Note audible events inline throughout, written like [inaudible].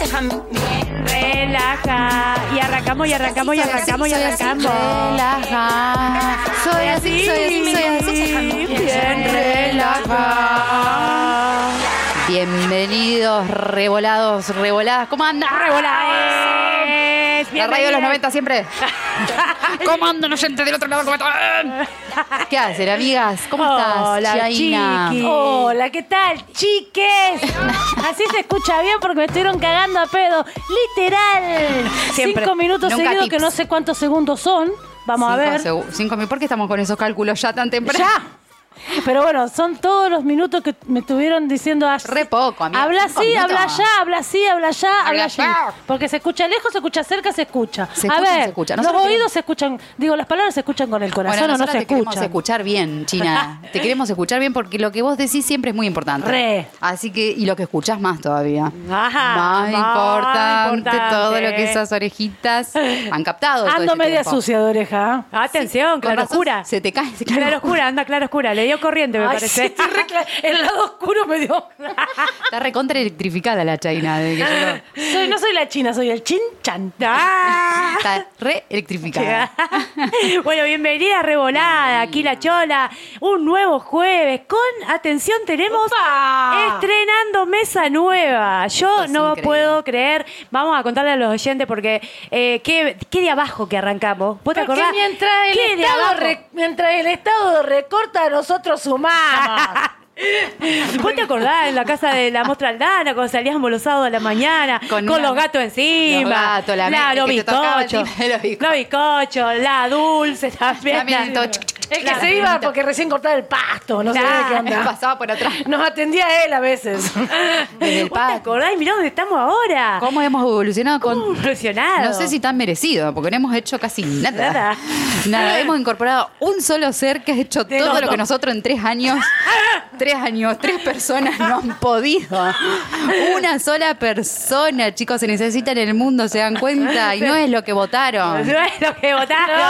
déjame. Relaja. Y arrancamos, y arrancamos, y arrancamos, y arrancamos. Relaja. Soy así, soy así, soy así. Bien relaja. Bienvenidos, revolados, revoladas. ¿Cómo andan? Revolaes. La radio de los 90 siempre. ¿Cómo ¿Qué hacen, amigas? ¿Cómo estás? Hola, Yaina? chiqui. Hola, ¿qué tal, chiques? Así se escucha bien porque me estuvieron cagando a pedo. Literal. Siempre. Cinco minutos Nunca seguidos tips. que no sé cuántos segundos son. Vamos a Cinco ver. segu- cinco mil. ¿Por qué estamos con esos cálculos ya tan temprano? ¡Ya! Pero bueno, son todos los minutos que me estuvieron diciendo ayer. Re poco, amiga. Habla Cinco así, minutos. habla allá, habla así, habla allá, habla Habla allá. allá. Porque se escucha lejos, se escucha cerca, se escucha. Se a escucha, ver, se escucha. los Nosotros oídos queremos- se escuchan, digo, las palabras se escuchan con el corazón Bueno, o no nosotras se te queremos escuchan. escuchar bien, [laughs] China. te queremos escuchar bien porque lo que vos decís siempre es muy importante. Re. Así que, y lo que escuchás más todavía. Ajá, más, más importante, importante. todo lo que esas orejitas han captado. todo Ando este media tiempo. sucia de oreja. ¿ah? Atención, Con claro razón oscura. Se te cae. se cae. Claro oscura, anda claro oscura. Le dio corriente, me Ay, sí, parece. estoy re cla- [laughs] el lado oscuro me dio. Está recontra electrificada la China. desde que llegó. [laughs] Soy- no soy la china, soy el chinchan. Ah. Está re electrificada. [laughs] bueno, bienvenida Revolada, aquí la Chola. Un nuevo jueves con, atención, tenemos Opa. estrenando mesa nueva. Yo Esto es no increíble. puedo creer, vamos a contarle a los oyentes porque eh, qué, qué de abajo que arrancamos. ¿Vos te Porque acordás? mientras el, ¿Qué de Estado abajo? re- mientras el Estado recorta, nosotros sumamos. [laughs] ¿Vos te acordás en la casa de la mostra aldana cuando salíamos los sábados a la mañana con, Con una- los gatos encima? Los gatos, la, la mesa, los que te tocaba bizcochos, encima de los bizcochos. los bizcochos, la dulce también. También todo chuc, chuc, El que Claro, se iba minita. porque recién cortaba el pasto, no sabía Claro. qué onda. Pasaba por atrás. Nos atendía él a [laughs] veces. Desde el ¿Vos te patio. acordás? Y Mirá dónde estamos ahora. ¿Cómo hemos evolucionado con.? Uh, Impresionado. No sé si tan merecido, porque no hemos hecho casi nada. Nada. [laughs] Nada, hemos incorporado un solo ser que ha hecho De todo todo. lo que nosotros en tres [laughs] años, tres años, tres personas no han podido. Una sola persona, chicos, se necesita en el mundo, se dan cuenta, y no es lo que [laughs] votaron. No es lo que votaron.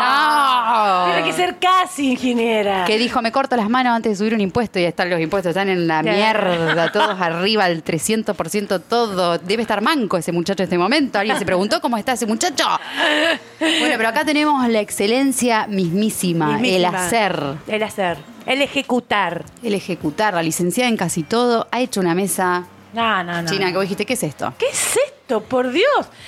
No. Tiene que ser casi ingeniera. Que dijo, me corto las manos antes de subir un impuesto y están los impuestos, están en la Ya. mierda, todos arriba, al 300% todo. Debe estar manco ese muchacho en este momento. Alguien se preguntó cómo está ese muchacho. Bueno, pero acá tenemos la excelencia mismísima, el Mismísima. hacer, El hacer. El ejecutar. el ejecutar, la licenciada en casi todo, ha hecho una mesa. No, no, no. China, que vos dijiste, ¿qué es esto? ¿Qué es esto? Por Dios.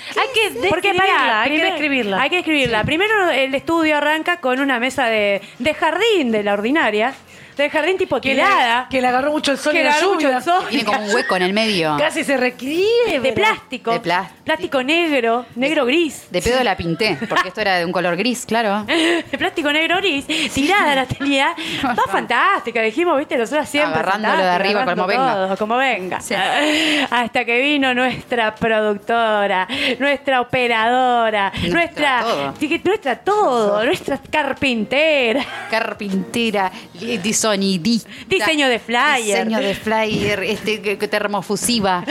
Hay que Porque describirla, pará, hay que primero- describirla. Hay que describirla. Primero el estudio arranca con una mesa de, de jardín de la ordinaria. De jardín tipo que, le, tirada. que le agarró mucho el sol Que y la agarró mucho lluvia. el sol. Tiene como un hueco en el medio. Casi se requiere. De plástico. De plástico. negro. Negro gris. De pedo la pinté, porque esto era de un color gris, claro. [laughs] de plástico negro gris, tirada la [laughs] tenía. Va fantástica, dijimos, viste, nosotros siempre. Agarrándolo de fantástica, arriba como venga. todo, como venga. Sí. [laughs] Hasta que vino nuestra productora, nuestra operadora, Nuestra nuestra. todo. sí, que- Nuestra todo, nuestra carpintera. carpintera, eh, li- di- sonidista, Diseño de flyer. diseño de flyer, este, que- que termofusiva,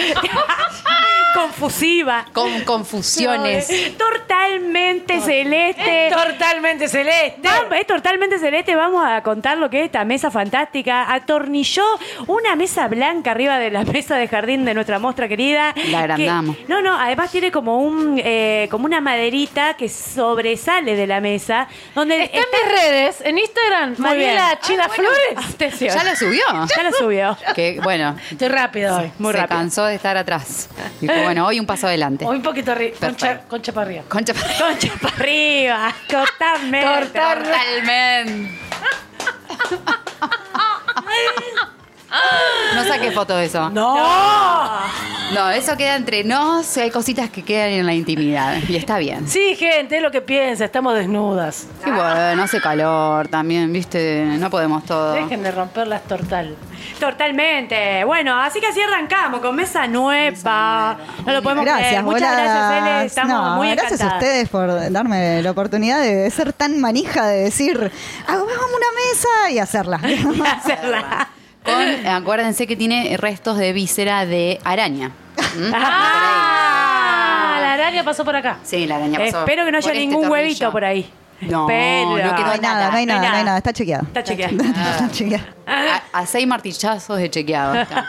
Confusiva. con confusiones. Totalmente celeste. Totalmente celeste. Vamos, es totalmente celeste. Vamos a contar lo que es esta mesa fantástica. Atornilló una mesa blanca arriba de la [laughs] mesa de jardín de nuestra mostra querida. La agrandamos. Que- no, no, además tiene como un eh, como una maderita que sobresale de la mesa. Donde Está en mis redes, en Instagram, Muy bien. Ah, Mariela China Flores. Atención. ¿Ya la subió? Ya lo subió. Que bueno, Estoy rápido hoy. se rápido. cansó de estar atrás. Dijo, bueno, hoy un paso adelante. Hoy un poquito arriba. Concha, Perfecto. concha para arriba. Concha, Concha para arriba. Totalmente. Torta. totalmente. No saques fotos de eso. ¡No! No, eso queda entre nos. Hay cositas que quedan en la intimidad. Y está bien. Sí, gente, es lo que piensa. Estamos desnudas. Y bueno, hace calor también, viste, no podemos todo. Dejen de romper las tortal. Totalmente. Bueno, así que así arrancamos con mesa nueva. No lo podemos gracias, creer. Muchas gracias, boladas. Ele. Estamos No, muy encantadas. Gracias a ustedes por darme la oportunidad de ser tan manija de decir, hagamos una mesa [laughs] y hacerla. Hacerla. Con, acuérdense que tiene restos de víscera de araña. ¿Mm? Ah. ¡Ah! La araña pasó por acá. Sí, la araña pasó. Espero que no haya por este ningún tornillo. huevito por ahí. No, Espero. no No quedó hay nada, no hay nada, no hay nada. Está chequeado. Está chequeado. Ah. Está chequeado. A, a seis martillazos de chequeado. está.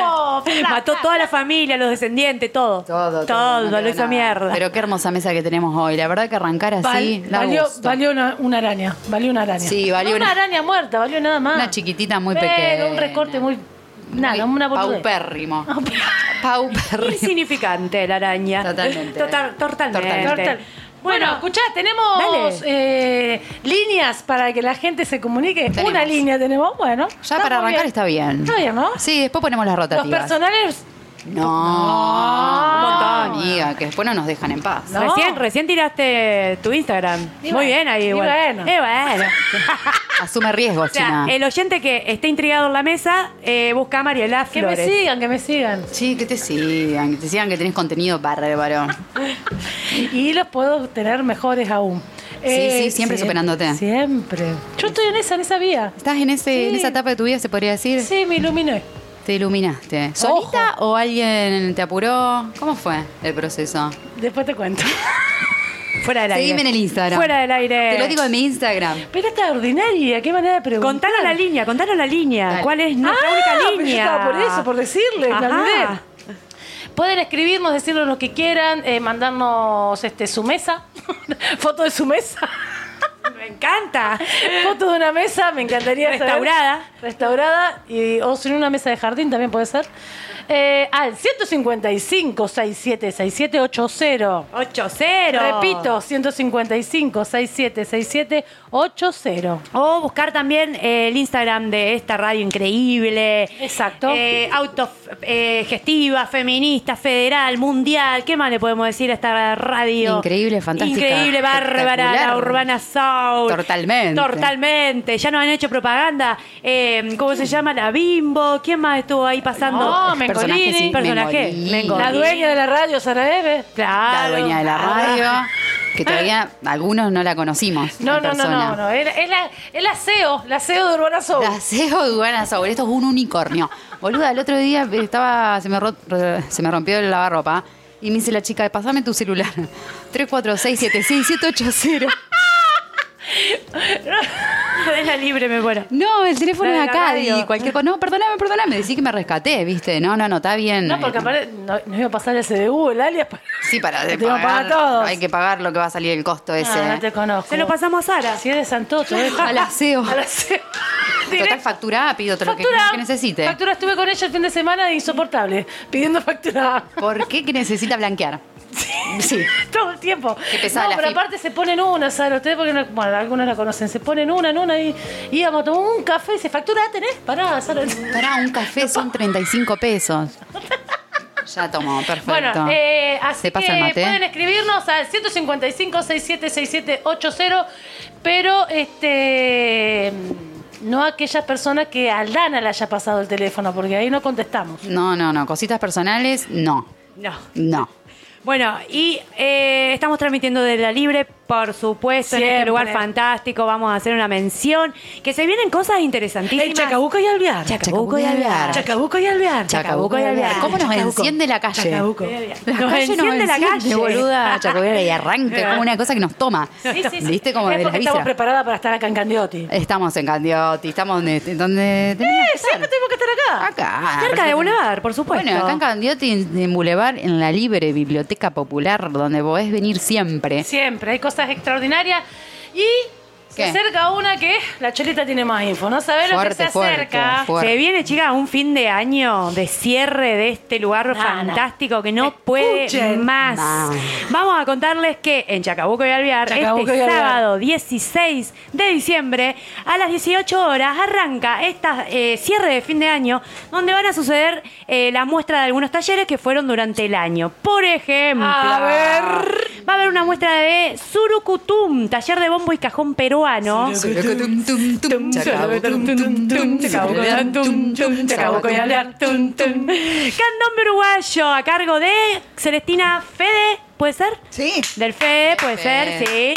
¡No! [laughs] Mató toda la familia, los descendientes, todo. Todo, todo. no Todo, quedó lo hizo nada. mierda. Pero qué hermosa mesa que tenemos hoy. La verdad que arrancar así, Val- da valió, gusto. valió una, una araña. Valió una araña. Sí, valió No una, una- araña muerta, valió nada más. Una chiquitita muy Pero pequeña. un recorte muy. Nada, Muy una boludez. [laughs] Paupérrimo. Ah, [laughs] Paupérrimo. Insignificante la araña. Totalmente. Total- totalmente. Totalmente. Tortel. Bueno, escuchá, tenemos eh, líneas para que la gente se comunique. Tenemos. Una línea tenemos, bueno. [laughs] Ya está para muy arrancar bien. está bien. Está bien, ¿no? Sí, después ponemos las Los rotativas. personales No, un montón. amiga, que después no nos dejan en paz. No. Recién, recién tiraste tu Instagram. Y Muy bueno, bien ahí, y igual. bueno. Eh, bueno. Asume riesgos, O sea, China. el oyente que esté intrigado en la mesa, eh, busca a Mariela que Flores. me sigan, que me sigan. Sí, que te sigan, que te sigan que tenés contenido bárbaro. Y los puedo tener mejores aún. sí, siempre siem- superándote. Siempre. Yo estoy en esa, en esa vía. ¿Estás en, ese, en Sí. esa etapa de tu vida, se podría decir? Sí, me iluminé. ¿Te iluminaste? ¿Solita o alguien te apuró? ¿Cómo fue el proceso? Después te cuento. Fuera del aire. Seguime en el Instagram. Fuera del aire. Te Eh. lo digo en mi Instagram. Pero esta ordinaria, qué manera de preguntar. Contanos la línea, contanos la línea. Dale. ¿Cuál es nuestra Ah, pero única yo línea? estaba por eso, por decirles, la Ajá. olvidé. Pueden escribirnos, decirnos lo que quieran, eh, mandarnos este, su mesa, [laughs] foto de su mesa, Me encanta. [laughs] foto de una mesa, me encantaría saber. Restaurada. Restaurada, y, o si no, una mesa de jardín también puede ser. Eh, al 155 67 67 80. 8-0. Repito, 155 67 67 80. O buscar también eh, el Instagram de esta radio increíble. Exacto. Eh, autogestiva, feminista, federal, mundial. ¿Qué más le podemos decir a esta radio? Increíble, fantástica, Increíble, bárbara, la espectacular. urbana soul. Totalmente. Totalmente. Ya nos han hecho propaganda. Eh, ¿Cómo se llama? La bimbo. ¿Quién más estuvo ahí pasando? No, Mengolini. sí, Personaje. Mengolini. Mengolini. La dueña de la radio, Sara Eve. La Claro. Ah. dueña de la radio, que [laughs] todavía algunos no la conocimos. No, en no, no, persona. no, no. Es la- es la, es la CEO, la CEO de Urbana Soul. La CEO de Urbana Soul. Esto es un unicornio. Boluda, el otro día estaba, se me, ro- se me rompió el lavarropa y me dice la chica, pasame tu celular. [laughs] 346-76780. [laughs] Déjala libre, me muero. No, el teléfono La de es la acá radio. y cualquier cosa. No, perdóname, perdóname. Decí que me rescaté, ¿viste? No, no, no, está bien. No, porque aparte no- nos iba a pasar el CDU, el alias. pues. para- Sí, para, Te digo, pagar, para todos. Hay que pagar lo que va a salir el costo ese. Ah, no te conozco. Se lo pasamos a Sara. Si es de Santoto. ¿eh? A la CEO. A la CEO. Total, Direct- factura, pido todo lo que, factura. que necesite. Factura, estuve con ella el fin de semana de insoportable, pidiendo factura. [laughs] ¿Por qué que necesita blanquear? Sí. Todo el tiempo. Qué pesada no, la pero FIP. aparte se ponen una, ¿saben ustedes? Porque no- bueno, algunos la conocen. Se ponen una en una y íbamos a tomar un café y se factura, ¿tenés? Pará, [laughs] Sara. Pará, un café son 35 pesos. Ya tomó, perfecto. Bueno, eh, así ¿Se pasa que el mate? pueden escribirnos al 155 67 80 pero este no a aquellas personas que a Aldana le haya pasado el teléfono, porque ahí no contestamos. No, no, no. Cositas personales, no. No. No. Bueno, y eh, estamos transmitiendo de la libre, por supuesto, en este Siempre. lugar fantástico. Vamos a hacer una mención. Que se vienen cosas interesantísimas. El Chacabuco y Alvear. Chacabuco y Alvear. Chacabuco y Alvear. Chacabuco y Alvear. ¿Cómo nos enciende la calle? Chacabuco. La Nos calle nos enciende la calle. [laughs] boluda. Chacabuco y arranca como una cosa que nos toma. Sí, sí, sí. ¿Viste? Como es de la porque estamos víscera. preparadas para estar acá en Candioti. Estamos en Candioti, estamos donde, donde tenemos que ¿Sabes que estar. tengo que estar acá? Acá. Cerca de perfecto. Boulevard, por supuesto. Bueno, acá en Candioti, en en Boulevard, en la Libre Biblioteca Popular, donde podés venir siempre. Siempre, hay cosas extraordinarias. Y se ¿Qué? acerca una que la chelita tiene más info. No sabés lo que Fuerte, se fuerte, acerca. fuerte. Se viene, chica, un fin de año de cierre de este lugar Nada. fantástico que no puede Escuchen. más. Nada. Vamos a contarles que en Chacabuco y Alvear, Chacabuco este y Alvear. sábado 16 de diciembre, a las 18 horas, arranca esta eh, cierre de fin de año, donde van a suceder eh, la muestra de algunos talleres que fueron durante el año. Por ejemplo, A ver. va a haber una muestra de Surucutum, taller de bombo y cajón peruano. Candombe uruguayo a cargo de Celestina Fede, ¿puede ser? Sí. Del Fede, puede Fede. ser, sí.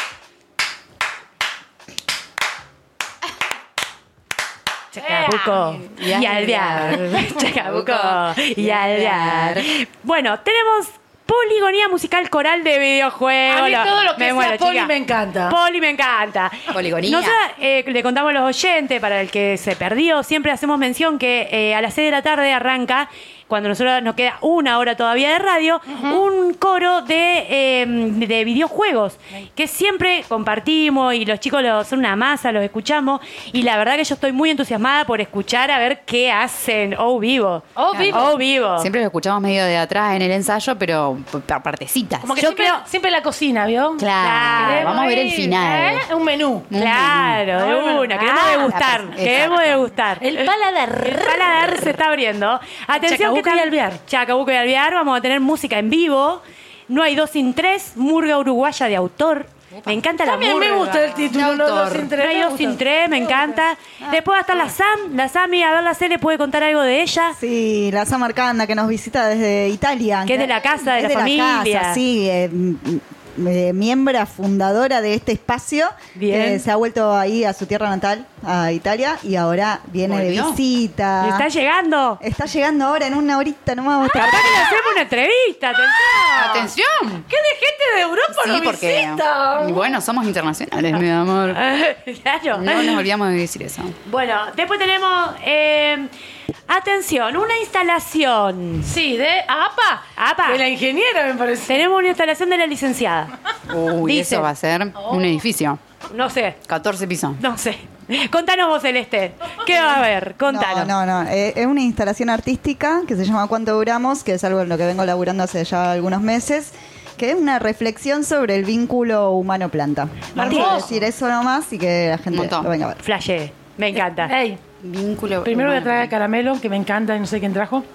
Chacabuco Y Eh, y alvear. [laughs] alvear. Chacabuco y alvear. Bueno, tenemos Poligonía musical coral de videojuegos. A mí La- todo lo que sea poli chica. me encanta. Poli me encanta. Poligonía. Nosotras, eh, le contamos a los oyentes, para el que se perdió, siempre hacemos mención que eh, a las 6 de la tarde arranca, cuando nosotros nos queda una hora todavía de radio, un coro de, eh, de videojuegos que siempre compartimos y los chicos los, son una masa, los escuchamos. Y la verdad que yo estoy muy entusiasmada por escuchar a ver qué hacen. Oh, vivo. Oh, vivo. Oh, vivo. Siempre lo escuchamos medio de atrás en el ensayo, pero por partecitas. Como que Yo siempre, creo- siempre la cocina, ¿vio? Claro, Queremos vamos a ver el ir, final. ¿eh? Un menú. Mm. Claro, de Bueno, una. Queremos ah, degustar. la- Queremos exacto. degustar. El paladar. El paladar se está abriendo. Atención que tam- Chacabuco y Alvear. Chacabuco y Alvear, vamos a tener música en vivo. No hay dos sin tres, murga uruguaya de autor. Me encanta la También murga. me gusta el título, De no autor. dos sin tres. No hay me dos gusta. Ah. sin tres, me encanta. Después va a estar la Sam, la Sami, a ver la Cele puede contar algo de ella. Sí, la Samarcanda que nos visita desde Italia. Que es de la casa, de Es la familia. casa, sí. eh, m- m- eh, miembra fundadora de este espacio. Bien. Que se ha vuelto ahí a su tierra natal, a Italia, y ahora viene Volvió. de visita. Y Está llegando. Está llegando ahora en una horita nomás. va a estar. Capaz que le hacemos una entrevista, atención. ¡Atención! ¿Qué de gente de Europa Sí, nos porque. visita? Bueno, somos internacionales, mi amor. [laughs] Claro. No nos olvidamos de decir eso. Bueno, después tenemos. eh, atención, una instalación. Sí, de APA. APA. De la ingeniera, me parece. Tenemos una instalación de la licenciada. Uy, Dice. eso va a ser un edificio. No sé, 14 pisos. no sé. Contanos vos, Celeste. ¿Qué va a haber? Contanos. No, no, no. Eh, es una instalación artística que se llama Cuánto Duramos, que es algo en lo que vengo laburando hace ya algunos meses, que es una reflexión sobre el vínculo humano-planta. Vamos a Hermoso. decir eso nomás y que la gente Montón. lo venga a ver. Flashe, me encanta. Ey, Vínculo. primero voy a traer humano. el caramelo, que me encanta y no sé quién trajo.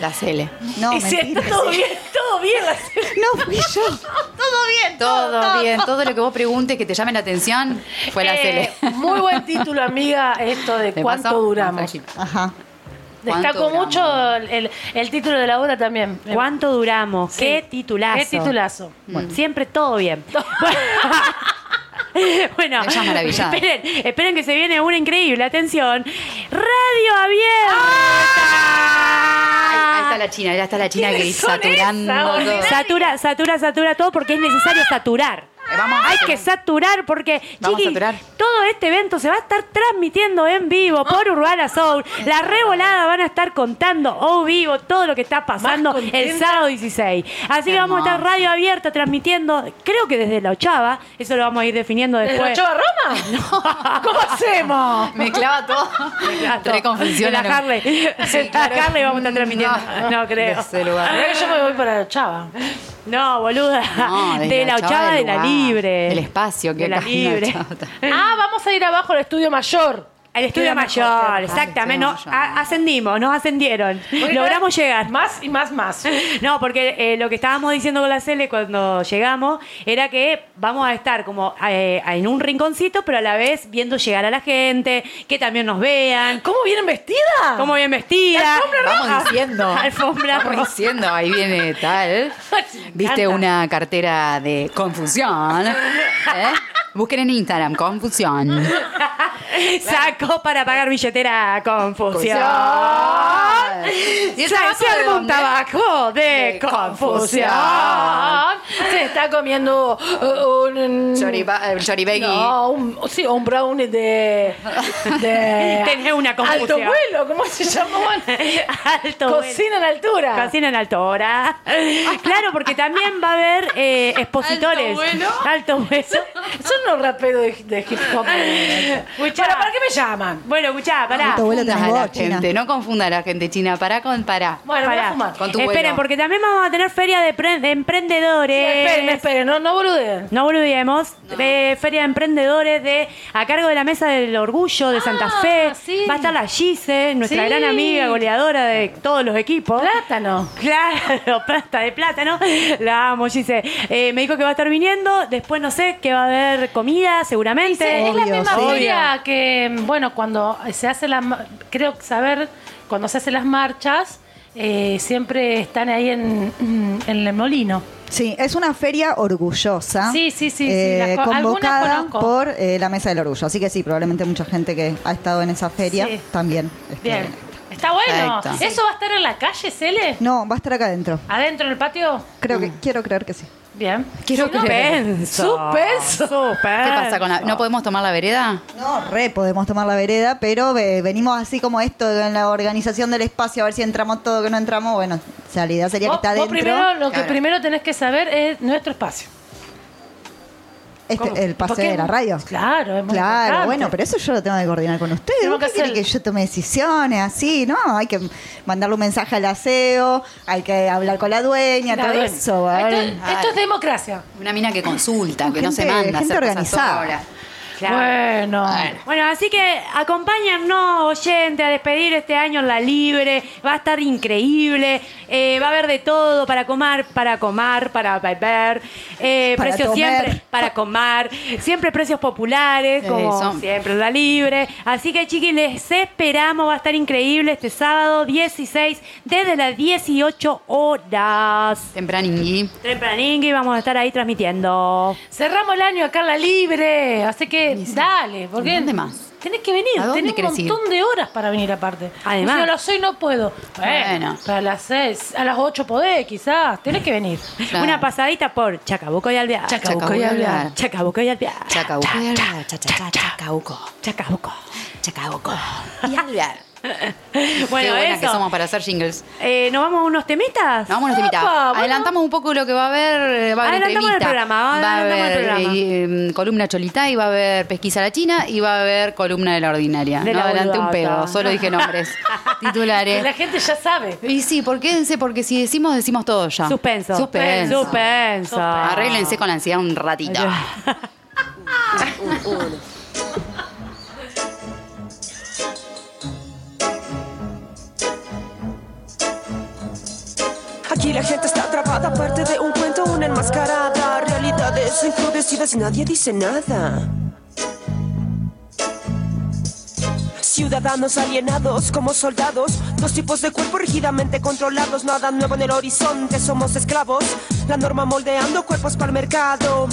La Cele. No, y si mentira. está todo bien, todo bien. La cena. [laughs] No fui yo. todo bien, Todo bien, todo lo que vos preguntes que te llame la atención fue la Eh, Cele. [laughs] Muy buen título, amiga, esto de ¿Te cuánto pasó? duramos. No, tranquila. Ajá. ¿Cuánto Destacó duramos? mucho el, el título de la obra también. ¿Cuánto duramos? Sí. ¿Qué titulazo? Qué titulazo. Bueno, Siempre todo [laughs] bien. [laughs] bueno, Ella es maravillada. esperen, esperen que se viene una increíble. Atención. Radio abierta. Ahí está la China, ya está la China que ¿Quiénes son saturando esas, todo. boludo? Satura, satura, satura todo porque es necesario saturar. Eh, vamos a Hay saturar. que saturar porque, Vamos a chiquis, saturar. todo este evento se va a estar transmitiendo en Ah. vivo por Urbana Soul. La revolada van a estar contando o vivo todo lo que está pasando contenta. el sábado 16. Así que vamos a estar Hermoso. radio abierta transmitiendo, creo que desde la ochava, eso lo vamos a ir definiendo ¿Desde después. Ochoa Roma? ¿Cómo hacemos? Me clava todo. Exacto. Re confusión. De la Harley. [laughs] De la Harley vamos a estar transmitiendo. No creo. Mm, De ese A lugar. ver, yo me voy para Ochoa. No, boluda. No, de, desde la ochava del de la lugar. libre. Del espacio que De la acá- libre. [laughs] la ochava. Ah, vamos a ir abajo al estudio mayor. El estudio Queda mejor, mayor, queda mejor. exactamente. El no, estudio mayor. a- ascendimos, nos ascendieron. Porque Logramos cada- llegar. Más y más, más. [laughs] No, porque eh, lo que estábamos diciendo con la Cele cuando llegamos era que vamos a estar como eh, en un rinconcito, pero a la vez viendo llegar a la gente, que también nos vean, ¿Cómo vienen vestidas? cómo bien vestida. Alfombra Vamos diciendo. [laughs] Alfombra roja. [laughs] Vamos diciendo, ahí viene [laughs] tal. Viste una cartera de [laughs] confusión. ¿eh? Busquen en Instagram, confusión. Saco para pagar billetera confusión. ¿Y ese Sa- vaso Se de arma un dónde? tabaco de, De confusión. Ah, Se está comiendo uh, un... Choriba- eh, Choribegui. No, un, sí, un brownie de... [laughs] de Tenés una confusión. Alto vuelo, ¿cómo se [laughs] llamaban? Alto vuelo. Cocina en altura. Cocina en alto [laughs] hora. Claro, porque también va a haber eh, expositores. Alto vuelo. Alto vuelo. Son unos raperos de, de hip hop. Escuchá. Para, ¿para qué me llaman? Bueno, escuchá, pará. Ah, Alto vuelo. Confundas Abuela, tenés a la voz, China. gente, no confunda a la gente china, para con para. Bueno, voy Pará. a fumar. Con tu Esperen, vuelo. porque también vamos a tener feria de, pre- de Sí, emprendedores. esperen, esperen, no, no boludeen. No olvidemos, eh, Feria de Emprendedores de a cargo de la Mesa del Orgullo de Santa Ah, Fe. sí. Va a estar la Gise, nuestra Sí. gran amiga goleadora de todos los equipos. Plátano. Claro, [laughs] plata de plátano. La amo, Gise. Eh, me dijo que va a estar viniendo. Después no sé, que va a haber comida, seguramente. Dice, es la Obvio, misma sí. feria que, bueno, cuando se hace la. ma- Creo saber, cuando se hacen las marchas, eh, siempre están ahí en, en el molino. Sí, es una feria orgullosa. eh, Sí, sí, sí, sí, las co- algunas convocada conozco. por eh, la Mesa del Orgullo. Así que sí, probablemente mucha gente que ha estado en esa feria Sí. también. esté Bien. en esta. Está bueno. Perfecto. ¿Eso va a estar en la calle, Cele? No, va a estar acá adentro. ¿Adentro en el patio? Creo Mm. que, quiero creer que sí. Bien. Quiero no, creer. Suspenso. ¿Qué Ah, pasa con la.? ¿No podemos tomar la vereda? No, re podemos tomar la vereda, pero eh, venimos así como esto en la organización del espacio, a ver si entramos todo que no entramos. Bueno, o sea, la idea sería Oh, que Vos, está vos adentro. primero, lo que Claro. primero tenés que saber es nuestro espacio. Este, ¿Cómo? el paseo Porque- de la radio. Claro, es muy Claro, importante. bueno, pero eso yo lo tengo que coordinar con ustedes. Tenemos ¿Por qué que quieren hacer- que yo tome decisiones así? No, hay que mandarle un mensaje al aseo, hay que hablar con la dueña, Está todo bien. eso. ¿vale? Esto, esto es democracia. Una mina que consulta, que no se Gente- manda. a hacer gente cosas organizada. sola. Bueno. Bueno, así que acompáñennos, oyente, a despedir este año en la libre. Va a estar increíble. Eh, va a haber de todo para comer, para comer, para beber. Eh, Para precios tomar. siempre para comer. Siempre precios populares, como Eso. siempre en la libre. Así que, chiquis, les esperamos. Va a estar increíble este sábado 16 desde las 18 horas. Tempraningui. Tempraningui, vamos a estar ahí transmitiendo. Cerramos el año acá en la libre, así que dale, porque ¿Dónde más? Tenés que venir, ¿A dónde tenés un querés ir? montón de horas para venir aparte. Además. Si a las 6 no puedo. Bueno, Bueno. pero a las 6, a las 8 podés quizás, tenés que venir. Claro. Una pasadita por Chacabuco y Alvear. Chacabuco y Alvear. Chacabuco y Alvear. Chacabuco y Alvear. Cha, cha, cha, Chacabuco. Chacabuco. Chacabuco. Y [laughs] Alvear. Qué Bueno, buena eso. que somos para hacer jingles. Eh, ¿Nos vamos a unos temitas? No, vamos a una temita. Apa, bueno. Adelantamos un poco lo que va a haber. eh, Va a haber Adelantamos el entrevista. programa, Va a adelantamos el haber programa. eh, eh, columna cholita y va a haber pesquisa a la china y va a haber columna de la ordinaria. De no la adelante un boludota. pedo, solo [laughs] dije nombres. titulares. La gente ya sabe. Y sí, porque quédense, porque si decimos, decimos todo ya. Suspenso. Suspenso. Suspenso. Arréglense con la ansiedad un ratito. Aquí la gente está atrapada, parte de un cuento, una enmascarada. Realidades encrudecidas y nadie dice nada. Ciudadanos alienados como soldados, dos tipos de cuerpo rígidamente controlados, nada nuevo en el horizonte, somos esclavos, la norma moldeando cuerpos para el mercado.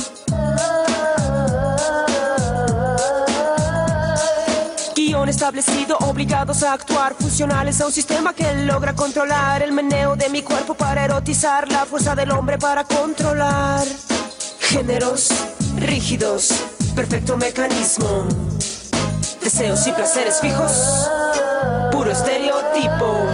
Guión establecido, obligados a actuar, funcionales a un sistema que logra controlar el meneo de mi cuerpo para erotizar, la fuerza del hombre para controlar. Géneros rígidos, perfecto mecanismo, deseos y placeres fijos, puro estereotipo.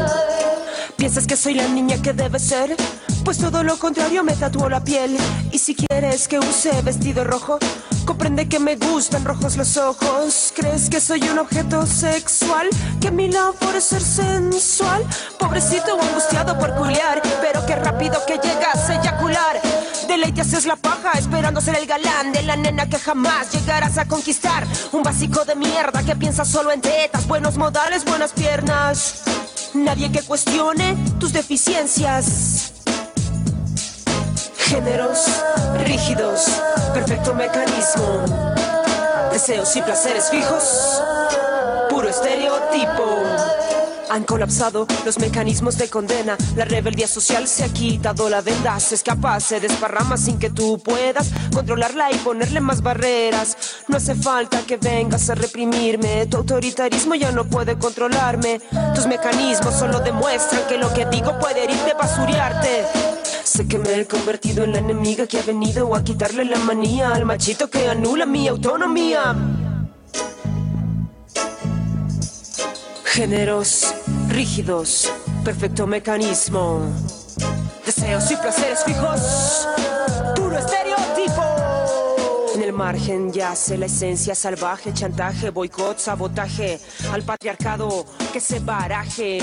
¿Piensas que soy la niña que debe ser? Pues todo lo contrario, me tatuó la piel. Y si quieres que use vestido rojo, comprende que me gustan rojos los ojos. ¿Crees que soy un objeto sexual? Que mi labor es ser sensual. Pobrecito, angustiado por culiar, pero qué rápido que llegas a eyacular. De ley te haces la paja esperando ser el galán de la nena que jamás llegarás a conquistar. Un básico de mierda que piensa solo en tetas, buenos modales, buenas piernas. Nadie que cuestione tus deficiencias. Géneros rígidos, perfecto mecanismo. Deseos y placeres fijos, puro estereotipo. Han colapsado los mecanismos de condena. La rebeldía social se ha quitado la venda. Se escapa, se desparrama sin que tú puedas controlarla y ponerle más barreras. No hace falta que vengas a reprimirme. Tu autoritarismo ya no puede controlarme. Tus mecanismos solo demuestran que lo que digo puede herirte, basurearte. Sé que me he convertido en la enemiga que ha venido a quitarle la manía al machito que anula mi autonomía. Géneros rígidos, perfecto mecanismo. Deseos y placeres fijos, puro estereotipo. En el margen yace la esencia salvaje, chantaje, boicot, sabotaje al patriarcado que se baraje.